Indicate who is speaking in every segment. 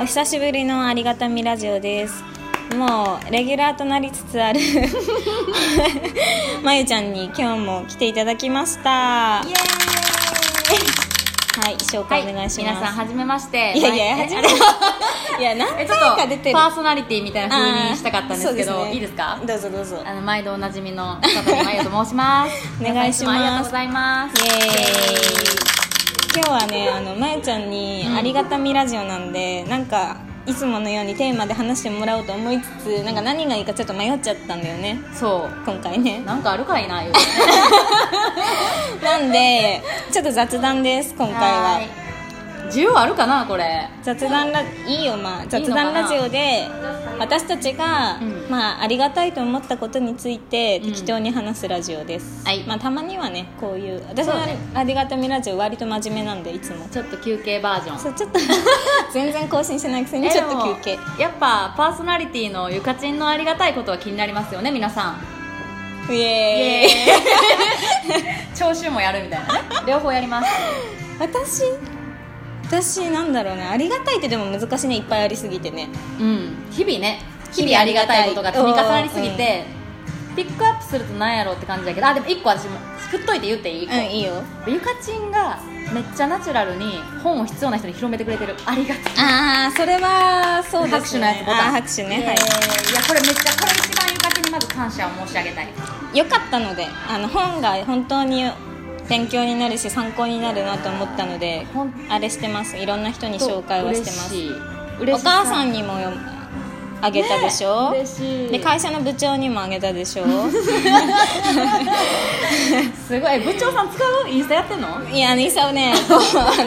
Speaker 1: お久しぶりのありがたみラジオですもうレギュラーとなりつつあるまゆちゃんに今日も来ていただきましたは
Speaker 2: イエーイ
Speaker 1: い紹
Speaker 2: は
Speaker 1: 介
Speaker 2: い、
Speaker 1: お願いし
Speaker 2: 皆さん
Speaker 1: ま
Speaker 2: はじめまして
Speaker 1: すいやいや
Speaker 2: え
Speaker 1: 初め
Speaker 2: あれ
Speaker 1: ていや何
Speaker 2: え
Speaker 1: 回
Speaker 2: ちょっとパ
Speaker 1: か出てる
Speaker 2: ーソナリティみたいな風にしたかったんですけ
Speaker 1: あー
Speaker 2: ど
Speaker 1: そうね
Speaker 2: いいですか
Speaker 1: どうぞどうぞ
Speaker 2: あの毎度おなじみの佐藤真由と申します
Speaker 1: お願いします
Speaker 2: 皆さんつもありがとうございます
Speaker 1: イエーイ今日はねあのまゆちゃんに
Speaker 2: うん
Speaker 1: ありがたみラジオなんで、なんかいつものようにテーマで話してもらおうと思いつつなんか何がいいかちょっと迷っちゃったんだよね
Speaker 2: そ
Speaker 1: 今回ね
Speaker 2: うなんかあるかいな言うて
Speaker 1: なんでちょっと雑談です今回は
Speaker 2: ーい需要あるかなこれ
Speaker 1: 雑談ラいいよまあ雑
Speaker 2: いのか
Speaker 1: 談
Speaker 2: な
Speaker 1: ラジオで私たちが、
Speaker 2: うん
Speaker 1: まあ、ありがたいと思ったことについて
Speaker 2: うん
Speaker 1: 適当に話すラジオです、
Speaker 2: はい
Speaker 1: まあ、たまにはねこういう私の
Speaker 2: そうね
Speaker 1: ありがたみラジオ割と真面目なんでいつも
Speaker 2: ちょっと休憩バージョン
Speaker 1: そうちょ っと全然更新してないくせに
Speaker 2: え
Speaker 1: ち
Speaker 2: で
Speaker 1: ょっ
Speaker 2: も
Speaker 1: と休憩
Speaker 2: やっぱパーソナリティのゆかちんのありがたいことは気になりますよね皆さん
Speaker 1: イ
Speaker 2: イ
Speaker 1: エーイ
Speaker 2: エーイ 聴衆もやるみたいなね両方やり ます
Speaker 1: 私私なんだろうねありがたいってでも難しいねいっぱいありすぎてね
Speaker 2: うん日々ね
Speaker 1: 日
Speaker 2: 日
Speaker 1: 々あ
Speaker 2: 々あ
Speaker 1: り
Speaker 2: り
Speaker 1: が
Speaker 2: が
Speaker 1: た
Speaker 2: た
Speaker 1: い
Speaker 2: いことが積み重なりすぎて、ピックアップするとなんやろうって感じだけどあでも1個私も振っといて言っていい、
Speaker 1: うんいいよ
Speaker 2: ゆかちんがめっちゃナチュラルに本を必要な人に広めてくれてるありがたい
Speaker 1: ああそれはそうですね
Speaker 2: 拍手のやつボタン
Speaker 1: あー拍手ね
Speaker 2: えー
Speaker 1: はい
Speaker 2: いやこれめっちゃこれ一番ゆかちんにまず感謝を申し上げたい
Speaker 1: 良かったのであの本が本当に勉強になるし参考になるなと思ったので
Speaker 2: ほん
Speaker 1: あれしてますいろんな人に紹介はしてます
Speaker 2: ます
Speaker 1: お母さ
Speaker 2: に
Speaker 1: んにもよあげたでしょ、
Speaker 2: 嬉しい
Speaker 1: で会社の部長にもあげたでしょ
Speaker 2: すごいえ部長さん使うインスタやってんの
Speaker 1: いやあのイサを ねこうあ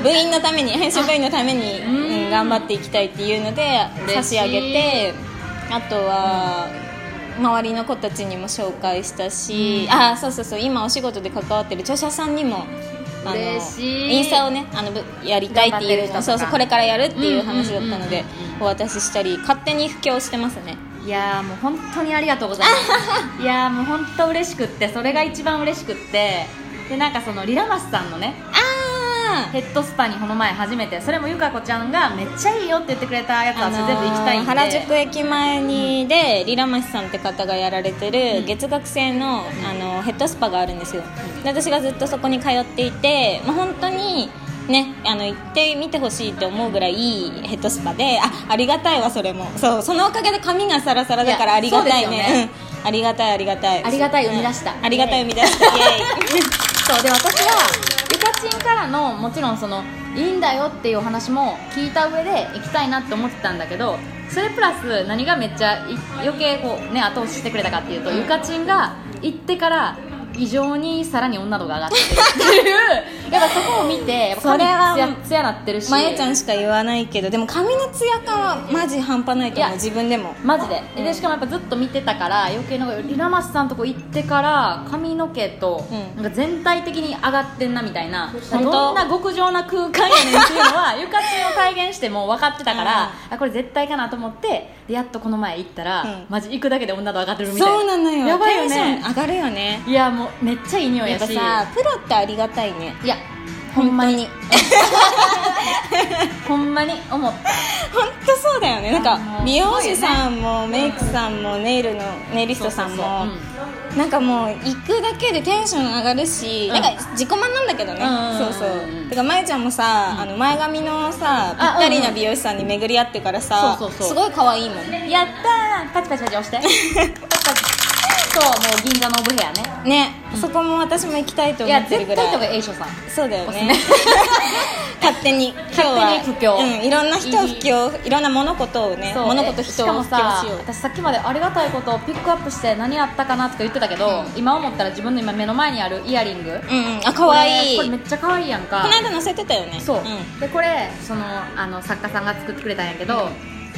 Speaker 1: の部員のために編集部員のために、
Speaker 2: うん
Speaker 1: うん頑張っていきたいっていうので差
Speaker 2: 嬉し
Speaker 1: し
Speaker 2: い
Speaker 1: 上げてあとは、周りの子たちにも紹介したし、
Speaker 2: うん
Speaker 1: あそうそうそう今お仕事で関わってる著者さんにもあの
Speaker 2: 嬉しい
Speaker 1: インスタをねあのぶやりたいって
Speaker 2: 頑張ってる
Speaker 1: いう
Speaker 2: 人とか
Speaker 1: そうそうこれからやるっていう話だったので
Speaker 2: うんうんうんう
Speaker 1: お
Speaker 2: ん
Speaker 1: 渡ししたり勝手に布教してますね
Speaker 2: いやーもう本当にありがとうござい ますいやーもう本当嬉しくってそれが一番嬉しくってでなんかそのリラマスさんのね
Speaker 1: あ
Speaker 2: ヘッドスパにこの前初めてそれもゆかこちゃんがめっちゃいいよって言ってくれたやつ
Speaker 1: あ
Speaker 2: は
Speaker 1: の
Speaker 2: 全部行きたいんで、
Speaker 1: 原宿駅前にでリラマシさんって方がやられてる
Speaker 2: うん
Speaker 1: 月額制の,、あのヘッドスパがあるんですよで私がずっとそこに通っていて、まあ、本当にねあの行ってみてほしいって思うぐらいいいヘッドスパであありがたいわそれもそうそのおかげで髪がサラサラだから
Speaker 2: いや
Speaker 1: ありがたい
Speaker 2: そう
Speaker 1: ね
Speaker 2: ですよね
Speaker 1: うんありがたいありがたい
Speaker 2: ありがたい生み出した
Speaker 1: うんありがたい生み出したイエ ーイ
Speaker 2: そうで私はゆかちんからのもちろんそのいいんだよっていうお話も聞いた上で行きたいなって思ってたんだけどそれプラス何がめっちゃい余計こうね後押ししてくれたかっていうとゆかちんが行ってから異常にさらに女度が上がってるっていうやっぱそこを見てやっぱ髪
Speaker 1: それは
Speaker 2: ツヤツヤなってるし
Speaker 1: まゆちゃんしか言わないけどでも髪のツヤ感はマジ半端ないと
Speaker 2: い
Speaker 1: 思う
Speaker 2: や
Speaker 1: 自分でも
Speaker 2: マジででしかもやっぱずっと見てたから余計なんかリラマスさんとこ行ってから髪の毛と
Speaker 1: うん
Speaker 2: なんか全体的に上がってんなみたいな、
Speaker 1: 当
Speaker 2: どんな極上な空間やねんっていうのはゆかちんを体現してもう分かってたから、あこれ絶対かなと思ってでやっとこの前行ったら、
Speaker 1: うん
Speaker 2: マジ行くだけで女と上がってるみたいな
Speaker 1: そうなのよ
Speaker 2: やばいよ
Speaker 1: テンショ
Speaker 2: ね
Speaker 1: ン上がるよね
Speaker 2: いやもうめっちゃいい匂い
Speaker 1: や
Speaker 2: や
Speaker 1: っぱ
Speaker 2: し
Speaker 1: さプロってありがたいね
Speaker 2: いやほんまに ほんまに思った
Speaker 1: 本当そうだよねなん
Speaker 2: あ
Speaker 1: か
Speaker 2: の
Speaker 1: 美容師さんもメイクさんもネイルのネイリストさんも
Speaker 2: そうそう
Speaker 1: なんかもう行くだけでテンション上がるし
Speaker 2: うん
Speaker 1: なんか自己満なんだけどね
Speaker 2: うん
Speaker 1: そうそう
Speaker 2: うん
Speaker 1: てかまゆちゃんもさあの前髪のさぴ
Speaker 2: あ
Speaker 1: ったりな美容師さんに巡り合ってからさ
Speaker 2: そうそうそう
Speaker 1: すごい可愛いもん
Speaker 2: うんやったーパチパチパチ押して パチパチそうもう銀座のオブヘアね
Speaker 1: ねそこも私も行きたいと
Speaker 2: い
Speaker 1: 思
Speaker 2: や
Speaker 1: ってる
Speaker 2: 絶
Speaker 1: ぐ
Speaker 2: 対
Speaker 1: ら
Speaker 2: とか
Speaker 1: い
Speaker 2: が栄翔さん
Speaker 1: そうだよね
Speaker 2: おすす
Speaker 1: 勝手に今日は
Speaker 2: 勝手に布教
Speaker 1: うんいろんな人を布教いろんな物事をね
Speaker 2: そう
Speaker 1: 物事
Speaker 2: え
Speaker 1: 人
Speaker 2: しか
Speaker 1: を
Speaker 2: も
Speaker 1: 布教
Speaker 2: さ
Speaker 1: しよう
Speaker 2: 私さっきまでありがたいことをピックアップして何あったかなとか言ってたけど、今思ったら自分の今目の前にあるイヤリング
Speaker 1: うんうんあ可愛いこ
Speaker 2: これこれめっちゃ可愛いやんか
Speaker 1: の間載せてたよね
Speaker 2: そう、
Speaker 1: う
Speaker 2: でこれそのあの作家さんが作ってくれたんやけど、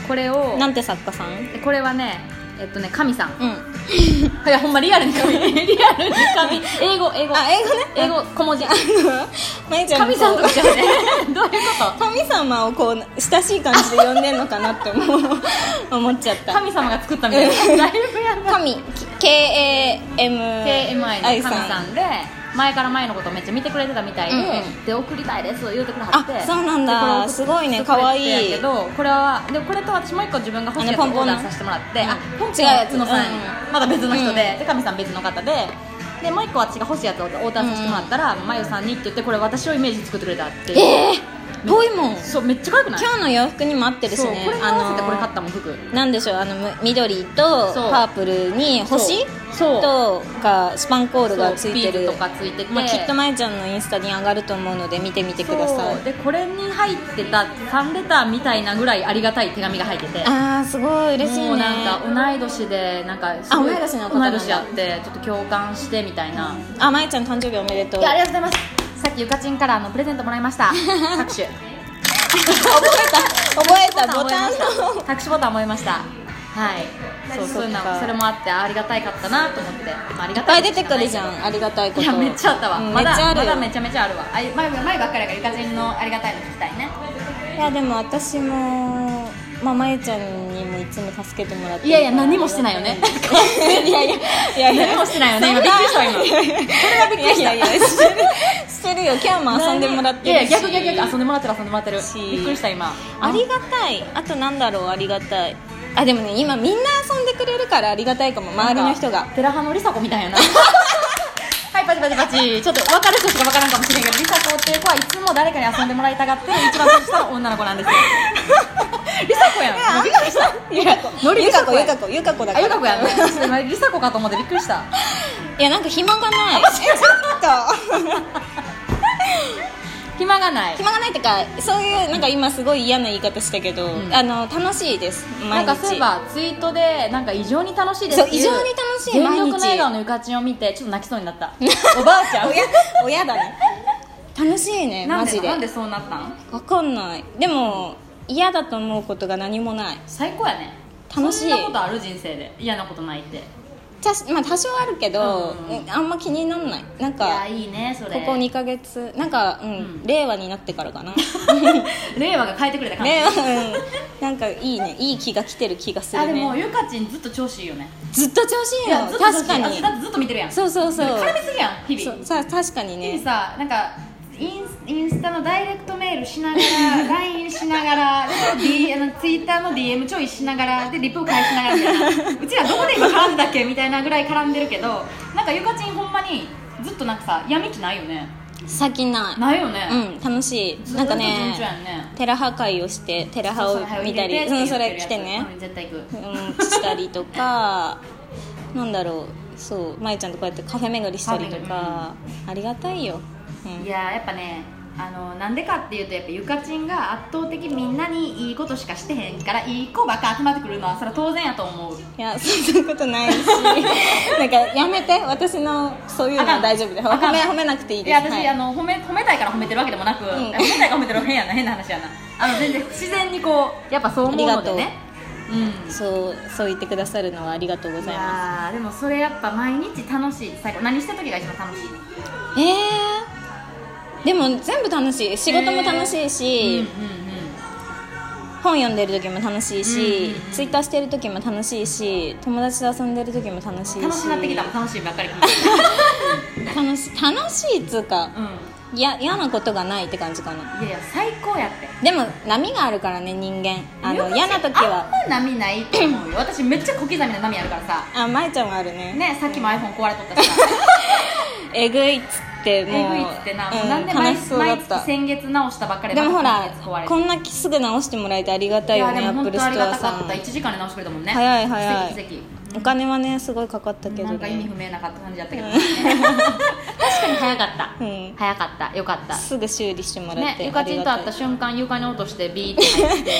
Speaker 2: これを
Speaker 1: ん、なんて作家さん
Speaker 2: でこれはねえっとね神さん
Speaker 1: うん
Speaker 2: いやほんまリアルに神 リアルに神英語英語
Speaker 1: あ英語ね
Speaker 2: 英語小文字
Speaker 1: まゆちゃんも
Speaker 2: 神さんと
Speaker 1: こ
Speaker 2: か
Speaker 1: う
Speaker 2: じゃね どういうこと
Speaker 1: 神様をこう親しい感じで呼んでんのかなって思う思っちゃった
Speaker 2: 神様が作ったみたいなだいぶやんな
Speaker 1: 神 KAMI さん
Speaker 2: KMI の神さんで前から前のことめっちゃ見てくれてたみたいで、
Speaker 1: うんうん
Speaker 2: で送りたいです言うてくれはって
Speaker 1: あそうなんだ
Speaker 2: でこれ送って
Speaker 1: すごいね
Speaker 2: 送ってくれて
Speaker 1: かわいい
Speaker 2: やけどこれはでこれと私もう一個自分が欲しいやつ
Speaker 1: あ
Speaker 2: オ
Speaker 1: のポンポ
Speaker 2: ー
Speaker 1: ンの
Speaker 2: ダーさせてもらって、あ
Speaker 1: うん
Speaker 2: ポンポン
Speaker 1: 違うやつ
Speaker 2: のさん、
Speaker 1: うん
Speaker 2: まだ別の人で、
Speaker 1: うん
Speaker 2: で神さん別の方ででもう一個私が欲しいやつをオーダーさせてもらったら、まゆさんにって言ってこれ私をイメージ作ってくれたっていう
Speaker 1: えー、ぽいもん
Speaker 2: そうめっちゃ可愛くない
Speaker 1: 今日の洋服にも合ってるし
Speaker 2: そう
Speaker 1: ね
Speaker 2: これに合わせてこれ買っ
Speaker 1: あ
Speaker 2: たもん服
Speaker 1: のなんでしょうあのむ緑と
Speaker 2: そう
Speaker 1: パープルに星
Speaker 2: そう
Speaker 1: とかスパンコールがついて
Speaker 2: そうビー
Speaker 1: る
Speaker 2: ズとかついてて、
Speaker 1: まあ、きっとまえちゃんのインスタに上がると思うので見てみてくださ
Speaker 2: そう
Speaker 1: い
Speaker 2: でこれに入ってた3レターみたいなぐらいありがたい手紙が入ってて
Speaker 1: ああすごい嬉しいね
Speaker 2: もうなんか同い年でなんかすご
Speaker 1: あ
Speaker 2: い
Speaker 1: 同い年の方なんだ
Speaker 2: 同い年あってちょっと共感してみたいな、
Speaker 1: あまえちゃん誕生日おめでとう
Speaker 2: いやありがとうございますさっきゆかちんからあのプレゼントもらい ました拍手
Speaker 1: 覚えた覚えたボタンの
Speaker 2: の拍手ボタン思いましたはいそ
Speaker 1: そっ
Speaker 2: う
Speaker 1: か
Speaker 2: そういうのそれもあってありがたいかったなと思って、まあ、あり
Speaker 1: い
Speaker 2: が
Speaker 1: っぱ
Speaker 2: た
Speaker 1: い
Speaker 2: い
Speaker 1: 出てくるじ
Speaker 2: ん
Speaker 1: ゃんありがたいこと
Speaker 2: い
Speaker 1: い
Speaker 2: やめっちゃあったわ、
Speaker 1: うん
Speaker 2: まだ
Speaker 1: めっちゃある
Speaker 2: まだめちゃめちゃあるわあ前前ばっかりやからゆかちんのありがたいの聞きたいね
Speaker 1: いやでも私もまあまゆちゃんにもいつも助けてもらって
Speaker 2: い
Speaker 1: るか
Speaker 2: や
Speaker 1: ら
Speaker 2: いや何もしてないよね
Speaker 1: いやいやいやいや
Speaker 2: 何もしてないよね
Speaker 1: そん
Speaker 2: 今びっくりした今
Speaker 1: いやいやいやいやしてるしてるよ今日も遊んでもらってるし
Speaker 2: いやいや逆逆逆遊んでもらってる遊んでもらってる
Speaker 1: し
Speaker 2: びっくりした今
Speaker 1: ありがたいあとなんだろうありがたいあでもね今みんな遊んでくれるからありがたいかも周りの人が
Speaker 2: テラハのリサ子みたいやなはいパチパチパチちょっと分かる人しか分からんかもしれんけどリサ子っていう子はいつも誰かに遊んでもらいたがって一番年下の女の子なんですよリサ子やんもうびっくりした
Speaker 1: ゆかこ
Speaker 2: ノリ
Speaker 1: ゆ
Speaker 2: ゆ
Speaker 1: か
Speaker 2: か
Speaker 1: こ
Speaker 2: こ
Speaker 1: ゆかこゆかこだか
Speaker 2: あ
Speaker 1: ら
Speaker 2: よかこやんねちょっと今リサ子かと思ってびっくりした
Speaker 1: いやなんか暇がないちょっと
Speaker 2: 暇がな い
Speaker 1: 暇がないっていうかそういうなんか今すごい嫌な言い方したけど、
Speaker 2: うん
Speaker 1: あの楽しいです
Speaker 2: な
Speaker 1: 毎
Speaker 2: ん
Speaker 1: 日
Speaker 2: かそういえばツイートでなんか異常に楽しいですってい
Speaker 1: そう異常に楽しい
Speaker 2: 全力
Speaker 1: 毎
Speaker 2: の
Speaker 1: 日
Speaker 2: 笑顔のゆかちんを見てちょっと泣きそうになった おばあちゃん
Speaker 1: 親 親だね楽しいね
Speaker 2: な
Speaker 1: マ
Speaker 2: んで
Speaker 1: ジで
Speaker 2: なんでそうなったん
Speaker 1: わかんないでも嫌だと思うことが何もない
Speaker 2: 最高やね
Speaker 1: 楽しい
Speaker 2: そんなことある人生で嫌なことないってい
Speaker 1: たしまあ多少あるけど、
Speaker 2: うんうん
Speaker 1: うんあんま気になんないなん
Speaker 2: や
Speaker 1: か
Speaker 2: いいねそ
Speaker 1: こ
Speaker 2: れ
Speaker 1: こ2か月なんか、うん
Speaker 2: うん
Speaker 1: 令和になってからかな
Speaker 2: 令和が変えてくれ た感じ
Speaker 1: 令和、うん、なんかいいねいい気が来てる気がす
Speaker 2: あ
Speaker 1: る
Speaker 2: でも
Speaker 1: ね
Speaker 2: ゆかちんずっと調子いいよね
Speaker 1: ずっと調子いい
Speaker 2: いやず
Speaker 1: よ
Speaker 2: っと調子いい
Speaker 1: 確か
Speaker 2: 私
Speaker 1: に
Speaker 2: だってずっと見てるやん
Speaker 1: そうそうそう
Speaker 2: 絡みすぎやん日
Speaker 1: そう
Speaker 2: 々
Speaker 1: さ確かに
Speaker 2: 日々
Speaker 1: ね
Speaker 2: さなんかインスインスタのダイレクトメールしな がら LINE しながらで D あの Twitter の DM ちょいしながらでリプを返しながらみたいなうちらどこで今絡んだっけみたいなぐらい絡んでるけどなんかゆかちんほんまにずっとなんかさやみきないよね
Speaker 1: 先ない
Speaker 2: ないよね
Speaker 1: うん楽しいなんかねテラハ会をしてテラハを見たりうんそれ来てね
Speaker 2: 絶対行く
Speaker 1: うんしたりとかなんだろうそうまゆちゃんとこうやってカフェ巡りしたりとかありがたいよ、うん
Speaker 2: いやーやっぱねあのなんでかっていうとやっぱゆかちんが圧倒的にみんなにいいことしかしてへんからいい子ばっか集まってくるのはそれは当然やと思う
Speaker 1: いやそんなこと ないしなんかやめて私のそういうの
Speaker 2: あかん
Speaker 1: 大丈夫で
Speaker 2: あか
Speaker 1: 褒
Speaker 2: ん
Speaker 1: め褒めなくていい
Speaker 2: い
Speaker 1: です
Speaker 2: や私、
Speaker 1: はい
Speaker 2: あの褒め褒めたいから褒めてるわけでもなく、
Speaker 1: ん
Speaker 2: 褒めたいから褒めてるわけやな変な話やなあの 全然自然にこうやっぱそう思うのでねうん
Speaker 1: そうそう言ってくださるのはありがとうご
Speaker 2: い
Speaker 1: ざいま
Speaker 2: やーでもそれやっぱ毎日楽しい最高何してる時が一番楽しい
Speaker 1: すえー、でも全部楽しい仕事も楽しいし、
Speaker 2: うんうん
Speaker 1: 本読んでる時も楽しいし、
Speaker 2: うんうんうん
Speaker 1: ツイッターしてる時も楽しいし友達と遊んでる時も楽しいし
Speaker 2: うん、楽しなってきたもん楽しいばっかりかも
Speaker 1: 楽し楽しいっつうか
Speaker 2: うん
Speaker 1: いや嫌なことがないって感じかない
Speaker 2: やいや最高やって
Speaker 1: でも波があるからね人間あの
Speaker 2: ゆかちん
Speaker 1: 嫌な時
Speaker 2: あん
Speaker 1: は
Speaker 2: ま波ないと思うよ私めっちゃ小刻みな波あるからさ
Speaker 1: あまえちゃんはあるね
Speaker 2: ねさっきも iPhone 壊れとったしさ
Speaker 1: えぐいっつってもう
Speaker 2: えぐいっつってな、もう
Speaker 1: うん
Speaker 2: なんで毎
Speaker 1: 悲しそうだっ
Speaker 2: 毎月
Speaker 1: た
Speaker 2: 先月直したばっかり
Speaker 1: でもほ
Speaker 2: ま
Speaker 1: ら
Speaker 2: た今月壊れて
Speaker 1: こんなすぐ直してもらえてありがたいよ
Speaker 2: い
Speaker 1: ねア
Speaker 2: やで
Speaker 1: ッ
Speaker 2: も
Speaker 1: プ
Speaker 2: 本
Speaker 1: ル
Speaker 2: 当あ
Speaker 1: ス
Speaker 2: り
Speaker 1: トア
Speaker 2: がた
Speaker 1: さ
Speaker 2: か
Speaker 1: ん
Speaker 2: った1時間で直してくれたもんね
Speaker 1: 早い早い
Speaker 2: 奇跡奇
Speaker 1: お金はねすごいかかったけ
Speaker 2: 跡
Speaker 1: ど
Speaker 2: なんか意味
Speaker 1: ね
Speaker 2: 不明なかった感じだったけど ね確かに早かった、
Speaker 1: うん
Speaker 2: 早かったよかった
Speaker 1: すぐ修理してもらっ
Speaker 2: ね
Speaker 1: て
Speaker 2: ゆかちんと会った瞬間床に落としてビーって入って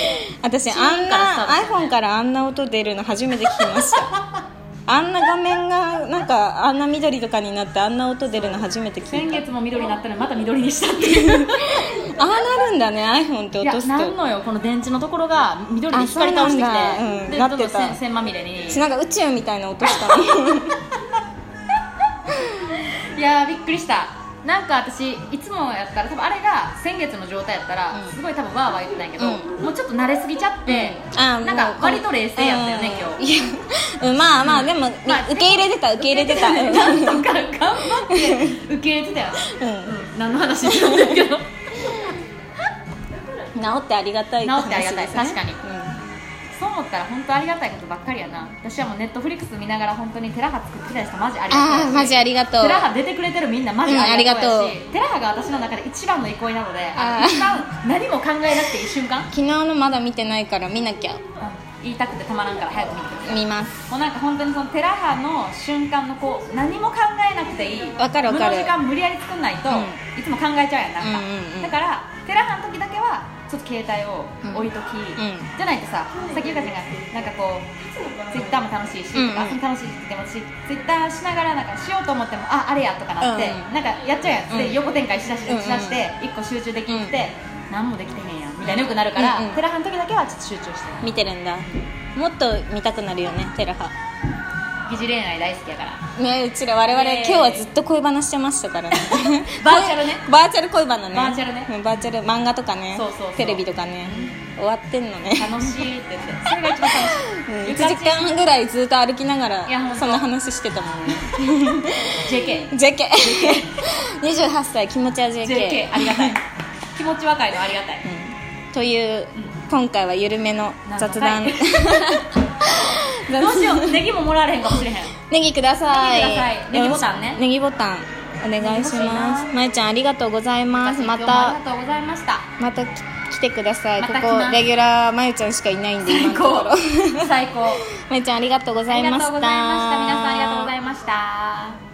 Speaker 1: 私
Speaker 2: 中
Speaker 1: あん
Speaker 2: からさ
Speaker 1: な iPhone からあんな音出るの初めて聞きました あんな画面がなんかあんな緑とかになってあんな音出るの初めて聞
Speaker 2: 先
Speaker 1: いた
Speaker 2: 月も緑になったのにまた緑にしたっていう
Speaker 1: ああなるんだね iPhone って
Speaker 2: い
Speaker 1: 落
Speaker 2: や
Speaker 1: とす
Speaker 2: なん
Speaker 1: と
Speaker 2: のよこの電池のところが緑で光り倒してき
Speaker 1: あそうなんだうん
Speaker 2: てで
Speaker 1: な
Speaker 2: ど
Speaker 1: って
Speaker 2: ん
Speaker 1: た
Speaker 2: どん線線まみれに
Speaker 1: 私なんか宇 宙みたいな音したの
Speaker 2: いやーびっくりしたなんか私いつもやったら多分あれが先月の状態やったら、
Speaker 1: うん
Speaker 2: すごい多分わーわー言ってたんやけど、
Speaker 1: う
Speaker 2: もうちょっと慣れすぎちゃって、
Speaker 1: あー
Speaker 2: な
Speaker 1: も
Speaker 2: ん
Speaker 1: う
Speaker 2: か
Speaker 1: こ
Speaker 2: 割と冷静やったよね、今
Speaker 1: うん
Speaker 2: 日
Speaker 1: いやうんまあまあでもみ
Speaker 2: まあ
Speaker 1: 受け入れてた受け入れてたうん
Speaker 2: なんとか頑張って受け入れてたよね、
Speaker 1: うん
Speaker 2: うん、何の話なんだけど
Speaker 1: 治ってありがたい
Speaker 2: 治ってありがたい
Speaker 1: 話ですね
Speaker 2: 確
Speaker 1: うん
Speaker 2: そう思ったら本当ありがたいことばっかりやな私はもうネットフリックス見ながら本当にテラハ作ってた人マジありが
Speaker 1: あ
Speaker 2: た
Speaker 1: あ
Speaker 2: い
Speaker 1: マジありがとう
Speaker 2: テラハ出てくれてるみんなマジありがとうやし、
Speaker 1: う
Speaker 2: テラハが私の中で一番の憩いなので
Speaker 1: あー
Speaker 2: 一番何も考えなくていい瞬間、うん
Speaker 1: 昨日のまだ見てないから見なきゃ
Speaker 2: 言いたくてたまらんから早く見てください
Speaker 1: 見ます
Speaker 2: もうなんか本当にそのテラハの瞬間のこう何も考えなくていい
Speaker 1: わかるわかる
Speaker 2: 無の時間無理やり作んないと、
Speaker 1: う
Speaker 2: いつも考えちゃうやんなんか、
Speaker 1: うんうんうん
Speaker 2: だからテラハの時だけはちょっと携帯を置いとき、
Speaker 1: ん
Speaker 2: じゃないとささっきゆかちゃんがなんかこうツイッターも楽しいし、
Speaker 1: うんうん
Speaker 2: とか遊び楽しいって言ってもしツイッターしながらなんかしようと思ってもああれやとかなって、
Speaker 1: うんうん
Speaker 2: なんかやっちゃうやん、
Speaker 1: うん
Speaker 2: で横展開しだししだして一個集中できなくて、何もできてへんやんみたいなよくなるから、
Speaker 1: うんうん
Speaker 2: テラハの時だけはちょっと集中して
Speaker 1: 見てるんだもっと見たくなるよねテラハ
Speaker 2: 疑似恋愛大好きやから
Speaker 1: ねうちら我々、
Speaker 2: ねえ
Speaker 1: 今日はずっと恋話してましたからね
Speaker 2: バーチャルね
Speaker 1: バーチャル恋バナね
Speaker 2: バーチャルね
Speaker 1: うんバーチャル漫画とかね
Speaker 2: そうそうそう
Speaker 1: テレビとかね終わってんのね
Speaker 2: 楽しいって言ってそれが一番楽しい
Speaker 1: 1時間ぐらいずっと歩きなが
Speaker 2: いや本
Speaker 1: ら
Speaker 2: 当
Speaker 1: そんな話してたもんね
Speaker 2: JK
Speaker 1: JK28 歳気持ちは JK,
Speaker 2: JK ありがたい気持ち若いのありがたい
Speaker 1: うんという、今回は緩めの雑談
Speaker 2: 何のどうしようネギももらわれへんかもしれへん
Speaker 1: ネギください
Speaker 2: ネギくださいネギボタンね
Speaker 1: ネギボタンお願いし
Speaker 2: ネギ欲しい
Speaker 1: ま
Speaker 2: な
Speaker 1: すまゆちゃんありがとうございますま
Speaker 2: どうもあ
Speaker 1: た
Speaker 2: りがとうございました
Speaker 1: またき来てください、
Speaker 2: また来
Speaker 1: こ
Speaker 2: ま
Speaker 1: こ
Speaker 2: す
Speaker 1: レギュラーまゆちゃんしかいないんで
Speaker 2: 最
Speaker 1: 今のとこ
Speaker 2: 高
Speaker 1: ろ
Speaker 2: 最高
Speaker 1: まゆちゃんありがとうござ
Speaker 2: あ
Speaker 1: い
Speaker 2: り
Speaker 1: ま
Speaker 2: が
Speaker 1: した
Speaker 2: とうございました皆さんありがとうございました